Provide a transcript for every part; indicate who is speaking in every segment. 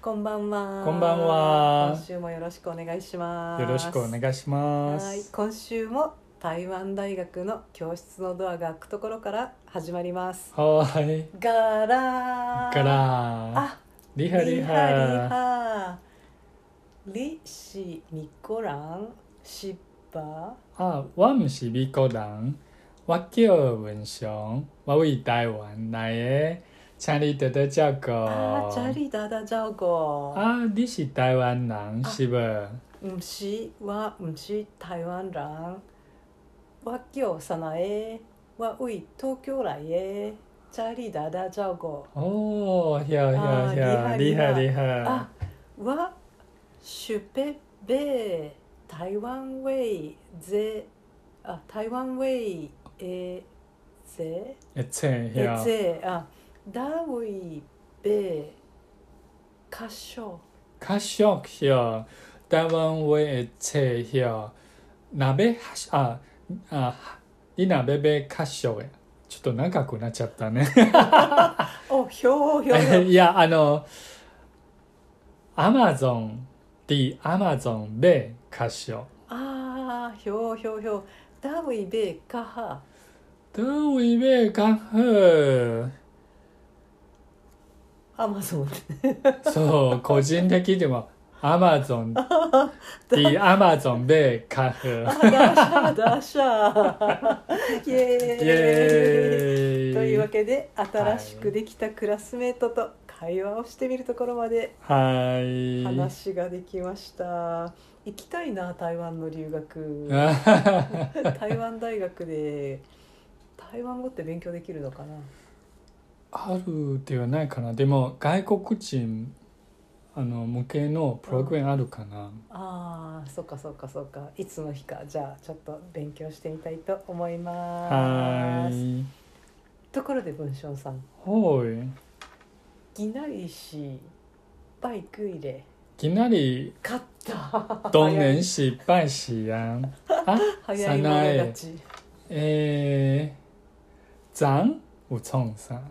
Speaker 1: こんばんは。
Speaker 2: こんばんは
Speaker 1: 今週もよろしくお願いします。
Speaker 2: よろしくお願いしま
Speaker 1: はい
Speaker 2: す。
Speaker 1: 今週も台湾大学の教室のドアが開くところから始まります。
Speaker 2: はーい。
Speaker 1: ガラー。
Speaker 2: ガラー。
Speaker 1: あ、
Speaker 2: リ
Speaker 1: リ
Speaker 2: ハ
Speaker 1: ハ
Speaker 2: リ
Speaker 1: リ
Speaker 2: ハ。
Speaker 1: ハ。リシニコランシバ。
Speaker 2: あ、我们是美国人。我叫文雄，我为台湾来的。请你多多照顾。
Speaker 1: あ、チャリダダジャオゴ。
Speaker 2: 啊，你是台湾人
Speaker 1: あ
Speaker 2: 是不？
Speaker 1: 唔是，我唔是台湾人。我叫啥来诶？我为東京来诶。家里大大照顾。
Speaker 2: 哦，hiểu hiểu
Speaker 1: 啊
Speaker 2: hiểu，
Speaker 1: 厉
Speaker 2: 厉
Speaker 1: 害
Speaker 2: 害
Speaker 1: 厉
Speaker 2: 厉害
Speaker 1: 啊。，我是北北台湾位ぜあ台湾位えぜ
Speaker 2: 一切
Speaker 1: え
Speaker 2: hiểu。
Speaker 1: ぜあだういべ歌唱
Speaker 2: 较俗晓，台湾话会册晓。若要ああ、你若要買較俗的、ちょっと長くなっちゃったね。
Speaker 1: おひょうひょうひょ う
Speaker 2: いや、あの、アマゾン、でアマゾンで歌唱。
Speaker 1: あーひょうひょうひょうだういべかは
Speaker 2: どういべかふ。
Speaker 1: アマ ゾン
Speaker 2: そう、個人的にも、アマゾン、でアマゾンで歌ふ。
Speaker 1: あダッシャーダッシャーイエー
Speaker 2: イ
Speaker 1: イ
Speaker 2: エーイ。
Speaker 1: というわけで新しくできたクラスメートと会話をしてみるところまで
Speaker 2: はい。
Speaker 1: 話ができました行きたいな台湾の留学
Speaker 2: あ
Speaker 1: 台湾大学で台湾語って勉強できるのかな
Speaker 2: あるではないかなでも外国人あの向けのプログラムあるかな、
Speaker 1: あーそっかそっかそっかいつの日かじゃあちょっと勉強してみたいと思い
Speaker 2: は
Speaker 1: ま
Speaker 2: ー
Speaker 1: す
Speaker 2: い
Speaker 1: ところで文章さん
Speaker 2: ほい
Speaker 1: ギナイシバイク入れ
Speaker 2: いきなり
Speaker 1: 勝った
Speaker 2: どんねん失敗しやんあ
Speaker 1: 早い者勝ち
Speaker 2: えー、ざんうつんさん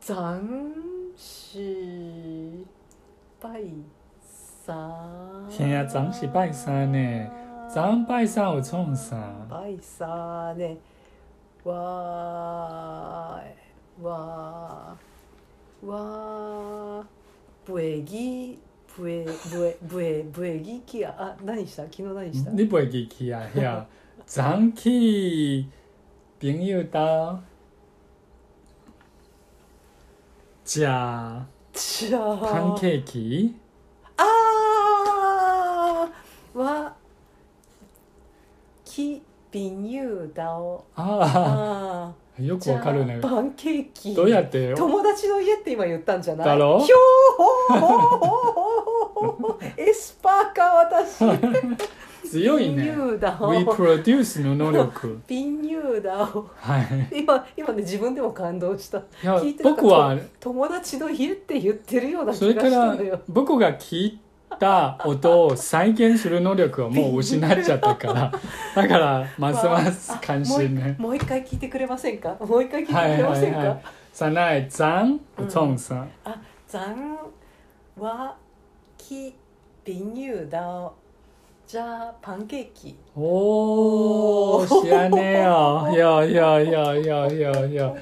Speaker 1: 残失敗さ
Speaker 2: いや残失敗さね残敗さを損さ
Speaker 1: 敗さねわーいわーわーブエギブエブエブエブエギキアあ何した昨日何した
Speaker 2: 你袂记起啊遐ざん去朋友兜食パ
Speaker 1: じゃあ
Speaker 2: ンケーキ
Speaker 1: あーはきビニューダオ
Speaker 2: あ
Speaker 1: あ
Speaker 2: あよ
Speaker 1: ー
Speaker 2: くわかるね
Speaker 1: じゃあパンケーキ
Speaker 2: どうやって
Speaker 1: 友達の家って今言ったんじゃない
Speaker 2: だろ
Speaker 1: ひょーほーほーほーほーエスパーか私
Speaker 2: 強いね
Speaker 1: ビニューダ
Speaker 2: We
Speaker 1: オ
Speaker 2: produce の 能力
Speaker 1: ビニューダオ
Speaker 2: はい
Speaker 1: 今今ね自分でも感動した
Speaker 2: いや
Speaker 1: 聞いてるか
Speaker 2: 僕は
Speaker 1: 友達の家って言ってるような
Speaker 2: そ
Speaker 1: 気
Speaker 2: れ
Speaker 1: が
Speaker 2: か
Speaker 1: した
Speaker 2: ら
Speaker 1: のよ
Speaker 2: 僕が聞いた音を再現する能力をもう失っちゃったから だからますます関心ね
Speaker 1: もう一回聞いてくれませんかもう一回聞いて
Speaker 2: はい
Speaker 1: くれま
Speaker 2: は
Speaker 1: せん
Speaker 2: い
Speaker 1: か、
Speaker 2: はいさないざんうつんさん
Speaker 1: あ、残はきビニューダオじゃあパンケーキ
Speaker 2: お
Speaker 1: お
Speaker 2: お
Speaker 1: ー
Speaker 2: 知らねえよいやいやいやいやいやいや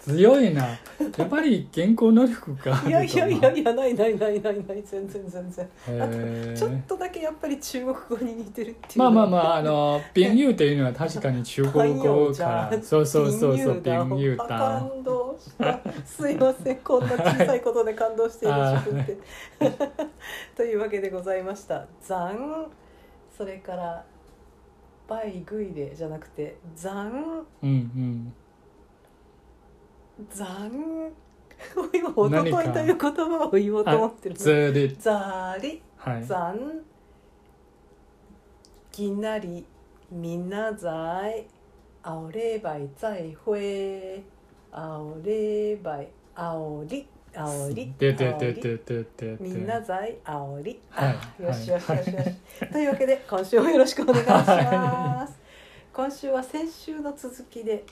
Speaker 2: 強いなやっぱり原稿能力があ
Speaker 1: い
Speaker 2: る
Speaker 1: やい
Speaker 2: と
Speaker 1: や
Speaker 2: 思う
Speaker 1: いやいやないないないないない全然全然、
Speaker 2: へー
Speaker 1: ちょっとだけやっぱり中国語に似てるっていう
Speaker 2: まあまあま
Speaker 1: あ
Speaker 2: ああの「貧乳」っていうのは確かに中国 語からそうそうそうそう「貧乳だ
Speaker 1: 感動したすいませんこんな小さいことで感動している自分って というわけでございました残それからバイグイレじゃなくて残」
Speaker 2: うんうん
Speaker 1: 残 今おとといという言葉を言おうと思ってる
Speaker 2: ずーり
Speaker 1: ざり
Speaker 2: はい
Speaker 1: 残ぎなりみんなざいあおればいざいほえあおればいあおりあおり
Speaker 2: でで
Speaker 1: あおり
Speaker 2: でででで
Speaker 1: みんな
Speaker 2: で
Speaker 1: ざいあおり、
Speaker 2: はい
Speaker 1: あよしよしよしよしというわけで今週もよろしくお願いします、今週は先週の続きで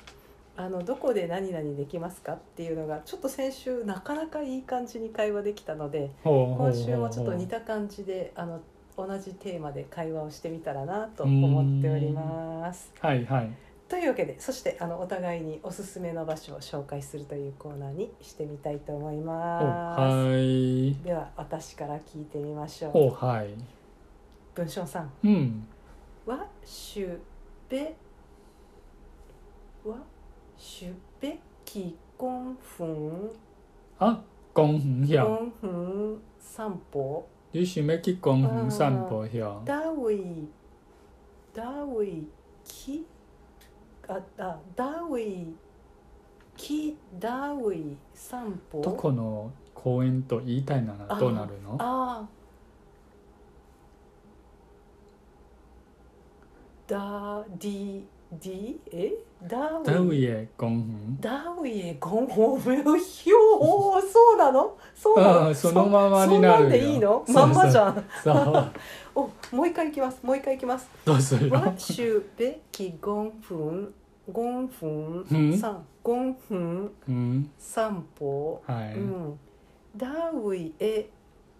Speaker 1: あのどこで何々できますかっていうのがちょっと先週なかなかいい感じに会話できたので
Speaker 2: 今
Speaker 1: 今週もちょっと似た感じであの同じテーマで会話をしてみたらなと思っております。
Speaker 2: はいはい
Speaker 1: というわけでそしてあのお互いにおすすめの場所を紹介するというコーナーにしてみたいと思い
Speaker 2: お
Speaker 1: ま
Speaker 2: はい
Speaker 1: す。では私から聞いてみましょう。
Speaker 2: おはい
Speaker 1: 文章さん
Speaker 2: うん
Speaker 1: わしゅべわしゅべきこんふん
Speaker 2: あ公園
Speaker 1: こ
Speaker 2: 遐
Speaker 1: んふん散歩
Speaker 2: 你想要去公园散步遐
Speaker 1: だういだういきああだういきだうい散歩
Speaker 2: どこの公園と言いたいならどうなるの
Speaker 1: ああだりりえだ
Speaker 2: ダ
Speaker 1: うい
Speaker 2: ウイエ公園
Speaker 1: ダウイへゴンホームヒョーそうなのそうな
Speaker 2: あー
Speaker 1: の
Speaker 2: そのままになる
Speaker 1: そんなん
Speaker 2: よ
Speaker 1: でいいの
Speaker 2: そうそ
Speaker 1: ま
Speaker 2: うん
Speaker 1: まじゃん
Speaker 2: そう
Speaker 1: おもう一回いきますもう一回いきます
Speaker 2: どうする
Speaker 1: わ
Speaker 2: の
Speaker 1: しゅべきゴンフンゴンフ
Speaker 2: ふ
Speaker 1: ン
Speaker 2: ん
Speaker 1: さんゴンフン
Speaker 2: うん
Speaker 1: 散歩
Speaker 2: は
Speaker 1: う
Speaker 2: い
Speaker 1: んダウイへ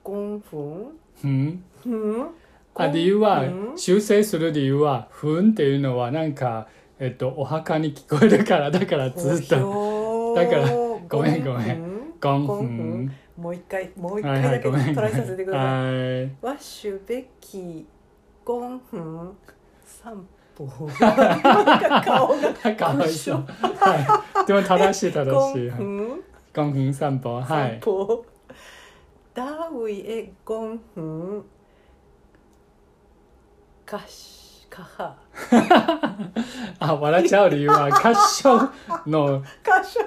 Speaker 1: ゴンフン
Speaker 2: うん
Speaker 1: ふん
Speaker 2: あ理由は
Speaker 1: うん
Speaker 2: 修正する理由は「ふん」っていうのはなんかえっとお墓に聞こえるからだからずっと
Speaker 1: と
Speaker 2: だからごめんごめ
Speaker 1: ん
Speaker 2: 「公
Speaker 1: 公
Speaker 2: 園
Speaker 1: 園」もう一回もう一
Speaker 2: は
Speaker 1: 回
Speaker 2: いは
Speaker 1: だ
Speaker 2: い
Speaker 1: け
Speaker 2: ご
Speaker 1: ト
Speaker 2: めんご
Speaker 1: ラ
Speaker 2: め
Speaker 1: イさせてく
Speaker 2: ん
Speaker 1: ださい
Speaker 2: はい
Speaker 1: わしゅべきゴンフン散 歩顔が
Speaker 2: かわいそう。はい。でも正しい
Speaker 1: ゴ
Speaker 2: 正
Speaker 1: ン
Speaker 2: しい。
Speaker 1: フン
Speaker 2: ゴンフン散歩。は
Speaker 1: 散
Speaker 2: い。
Speaker 1: 歩、ダウイへゴンフンかしかは
Speaker 2: あ、笑っちゃう理由は、合唱の
Speaker 1: かし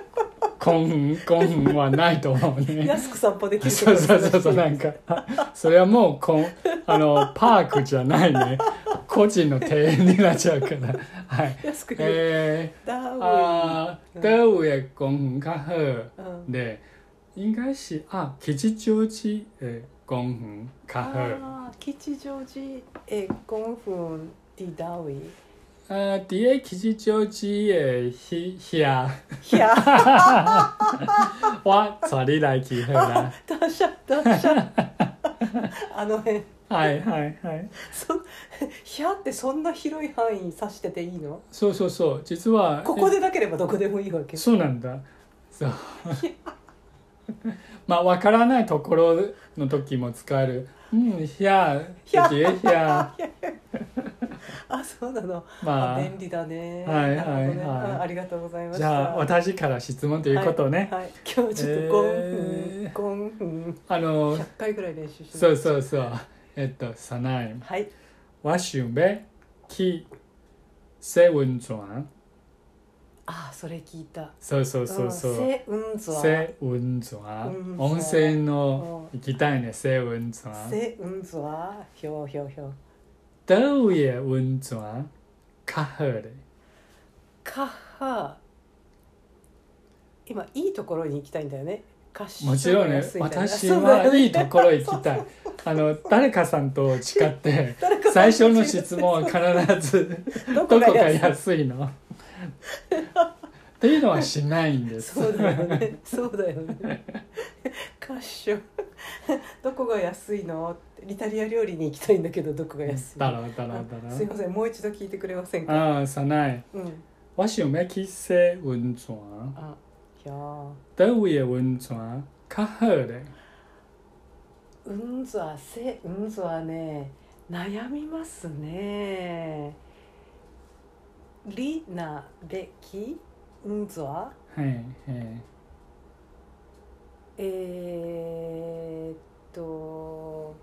Speaker 2: ゴンフン、ゴンフンはないと思うね。
Speaker 1: 安く散歩できる
Speaker 2: そうそうそうそう、
Speaker 1: な
Speaker 2: なんか、それはもうこん、あの、パークじゃないね。個人の庭園になっちゃうから。はい。
Speaker 1: 安く言う
Speaker 2: え
Speaker 1: ダ
Speaker 2: ー、
Speaker 1: ウ
Speaker 2: あー、ダウエゴンフンカハ
Speaker 1: イ、うん、
Speaker 2: で、应该是あ、吉祥寺えーゴンフンカハ
Speaker 1: あー吉祥寺へゴンフンディダ ウイ
Speaker 2: 呃，伫个吉祥寺的迄遐，
Speaker 1: いや
Speaker 2: 我带你来去好啦。
Speaker 1: ダシャダシャあの辺
Speaker 2: はいはいはい。
Speaker 1: そ「ひゃ」ってそんな広い範囲指してていいの
Speaker 2: そうそうそう。実は
Speaker 1: ここでなければどこでもいいわけ
Speaker 2: そうなんだ。そう。 まあわからないところの時も使える。うん、遐、伫
Speaker 1: 遐
Speaker 2: 个遐、
Speaker 1: あそうなの、
Speaker 2: ま
Speaker 1: あ、
Speaker 2: あ
Speaker 1: 便。利だね
Speaker 2: は
Speaker 1: な
Speaker 2: い
Speaker 1: るほどね
Speaker 2: はいはい
Speaker 1: あありがとうございまし
Speaker 2: じ
Speaker 1: た
Speaker 2: ゃあ
Speaker 1: は
Speaker 2: 私から質問ということね。
Speaker 1: はい、今日ちょっとゴンフン、
Speaker 2: えー
Speaker 1: ゴンフン
Speaker 2: あの、
Speaker 1: 100回ぐらい練習しま
Speaker 2: そう
Speaker 1: す
Speaker 2: そうそう。えっと、サナイム。
Speaker 1: はい
Speaker 2: 我想要去洗温泉。
Speaker 1: あそれ聞いた
Speaker 2: そうそうそうそう。
Speaker 1: んセウンゾア
Speaker 2: セウンゾア温泉の行きたいねセウンゾア
Speaker 1: セウンゾアひょうひょうひょう
Speaker 2: どういう温泉カフェで
Speaker 1: カッハ今いいところに行きたいんだよねカッシュ
Speaker 2: もちろん
Speaker 1: が
Speaker 2: ね
Speaker 1: 安いんだよね
Speaker 2: 私
Speaker 1: そうだよね
Speaker 2: はいいところ行きたいあの誰かさんと誓って
Speaker 1: 誰か
Speaker 2: 最初の質 問は必ず
Speaker 1: ど
Speaker 2: どこ
Speaker 1: こが
Speaker 2: が
Speaker 1: 安い
Speaker 2: 安いのっていうのはしないんです
Speaker 1: そうだよね そうだよねカッシュどこが安いのってイタリア料理に行きたいんだけどどこが安い
Speaker 2: だ
Speaker 1: の
Speaker 2: ろうだろう
Speaker 1: あすい
Speaker 2: だろ
Speaker 1: ませんもう一度聞いてくれません
Speaker 2: う
Speaker 1: か
Speaker 2: ああさない
Speaker 1: うん
Speaker 2: 我想要去セウンゾア
Speaker 1: あいやー
Speaker 2: どういう温泉カフェで
Speaker 1: うんずはせうんずはね悩みますねりなべきうんずは
Speaker 2: はいはい
Speaker 1: えー、っと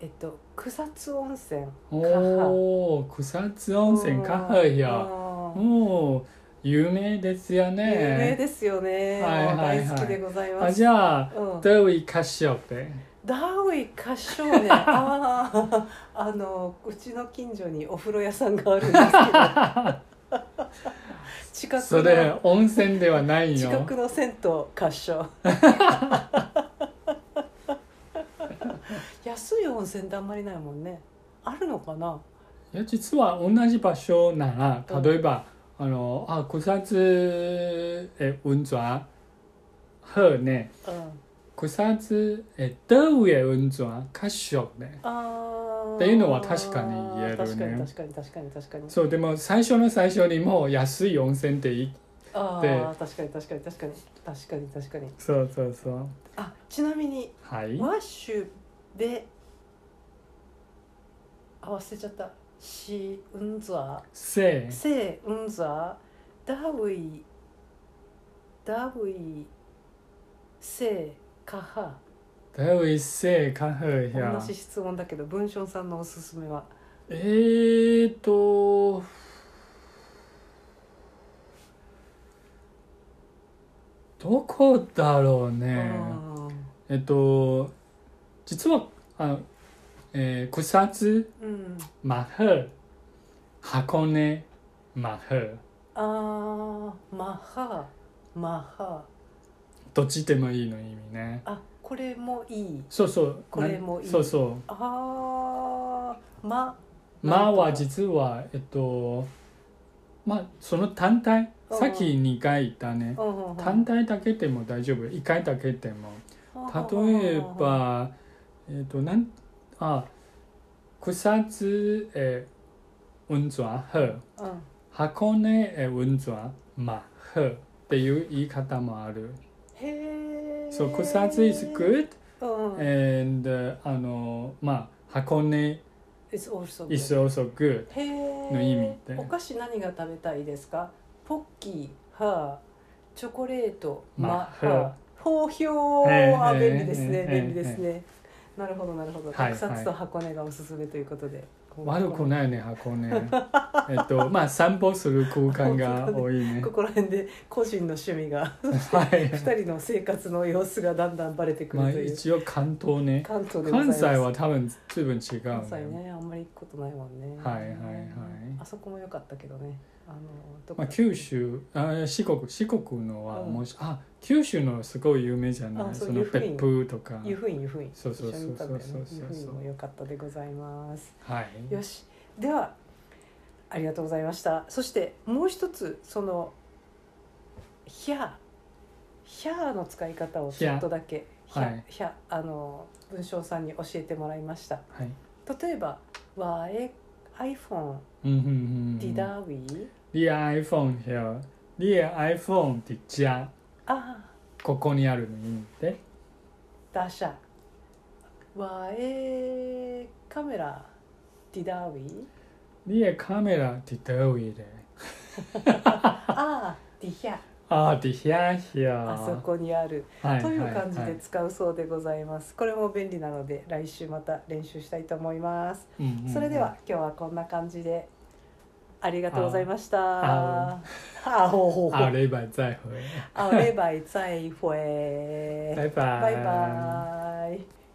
Speaker 1: えっと草津温泉
Speaker 2: おお、草津温泉カフェや。
Speaker 1: あー
Speaker 2: おお、有名ですよ
Speaker 1: 有名
Speaker 2: ね。
Speaker 1: ですよね、
Speaker 2: はいはいはい
Speaker 1: もう大好きでございま
Speaker 2: あ、
Speaker 1: す
Speaker 2: じゃあ、
Speaker 1: うん、
Speaker 2: どういかしょって。
Speaker 1: ダーウィ歌唱 ねあーあのうちの近所にお風呂屋さんがあるんです けど
Speaker 2: そ
Speaker 1: 近く
Speaker 2: れ
Speaker 1: の、
Speaker 2: 温泉ではない
Speaker 1: 近
Speaker 2: よ
Speaker 1: く。の銭湯合唱安い温泉ってあんまりないもんねあるのかな
Speaker 2: え実は同じ場所なら、例えば、あのあ草津え温泉喝ね
Speaker 1: うん、
Speaker 2: 草津えどういう温泉かしょね
Speaker 1: あー
Speaker 2: っていうのは確かに言えるね
Speaker 1: 確かに確かに確かに確かに
Speaker 2: そうでも最初の最初にもう安い温泉っていい
Speaker 1: あ
Speaker 2: で
Speaker 1: あ確かに確かに確かに確かに確かに
Speaker 2: そうそうそう
Speaker 1: あちなみに
Speaker 2: はい
Speaker 1: ワッシュであ忘れちゃったシウンザ
Speaker 2: せ
Speaker 1: ーセウンザーダウイダウイセカハ
Speaker 2: どういせかほや
Speaker 1: 同じ質問だけど文章さんのおすすめは
Speaker 2: えーとどこだろうねえっと実はあの、えー、草津
Speaker 1: うんうん
Speaker 2: マフ箱根マフ
Speaker 1: あーマハマハ
Speaker 2: どっちでもいいの意味ね
Speaker 1: あこれもいい
Speaker 2: そうそう
Speaker 1: これもいい
Speaker 2: なそうそ
Speaker 1: あーま
Speaker 2: うまあ
Speaker 1: な
Speaker 2: は
Speaker 1: んとか
Speaker 2: 実はえっとまあその単体
Speaker 1: うん
Speaker 2: さっき2回言ったね
Speaker 1: うんうんうん
Speaker 2: 単体だけでも大丈夫1回だけでも例えばえっとなんあ草津えー温泉喝
Speaker 1: うん
Speaker 2: 箱根えー温泉ま喝っていう言い方もある。
Speaker 1: へえ
Speaker 2: So 草津 is good
Speaker 1: うんうん
Speaker 2: and、uh, あのまあ箱根
Speaker 1: It's also good
Speaker 2: is also good
Speaker 1: へえ
Speaker 2: の意味で
Speaker 1: お菓子何が食べたいですかポッキーはチョコレート
Speaker 2: ま
Speaker 1: まは投票
Speaker 2: へえ
Speaker 1: あ
Speaker 2: へえ
Speaker 1: 便利です
Speaker 2: へ
Speaker 1: ね
Speaker 2: えへえ
Speaker 1: 便利ですねなるほどなるほど
Speaker 2: はい
Speaker 1: 草津と箱根がおすすめということで
Speaker 2: 悪くないね 箱根えっとまあ散歩する空間が多いね
Speaker 1: ここら辺で個人の趣味が
Speaker 2: は い
Speaker 1: 二人の生活の様子がだんだんバレてく
Speaker 2: まあ
Speaker 1: るという
Speaker 2: 一応関東ね
Speaker 1: 関東でござい
Speaker 2: 関
Speaker 1: ます
Speaker 2: 西は多分随分違う
Speaker 1: 関西
Speaker 2: ね
Speaker 1: ねあんまり行くことないもんね
Speaker 2: はいはいはい
Speaker 1: あそこも良かったけどねあのどこ
Speaker 2: まあ、九州あ四国四国のは
Speaker 1: うん
Speaker 2: もし、あ九州のすごい有名じゃない
Speaker 1: あそう
Speaker 2: その
Speaker 1: 湯布院
Speaker 2: 別府とか
Speaker 1: 湯布院湯布院
Speaker 2: そうそうそう
Speaker 1: 一緒に行
Speaker 2: そう
Speaker 1: ったんだよね
Speaker 2: そうそうそう
Speaker 1: 湯布院も良かったでございます
Speaker 2: はい
Speaker 1: よしではありがとうございましたそしてもう一つその「ひゃ」「ひゃ」の使い方をちょっとだけ「ひ
Speaker 2: ひゃは
Speaker 1: ゃ
Speaker 2: い」
Speaker 1: ひゃあの文章さんに教えてもらいました
Speaker 2: はい
Speaker 1: 例えば「わえ iPhone
Speaker 2: うんうんうん
Speaker 1: ディダーウィー」
Speaker 2: リア iPhone here リア iPhone ってじゃ
Speaker 1: ああ
Speaker 2: ここにあるの意味で
Speaker 1: 打者わえカメラディダーウィー
Speaker 2: リアカメラってどういうで
Speaker 1: ああディヒャ
Speaker 2: あーディヒャーヒャー
Speaker 1: あそこにある
Speaker 2: はい
Speaker 1: という
Speaker 2: はい
Speaker 1: 感じ
Speaker 2: は
Speaker 1: で
Speaker 2: い
Speaker 1: 使うそうでございますこれも便利なので来週また練習したいと思います
Speaker 2: うんうんうん
Speaker 1: それでは今日はこんな感じでありがとうございました
Speaker 2: あ
Speaker 1: あほうほうほ
Speaker 2: あ
Speaker 1: う
Speaker 2: れば再会
Speaker 1: あればい再会
Speaker 2: 拜拜
Speaker 1: バイバイ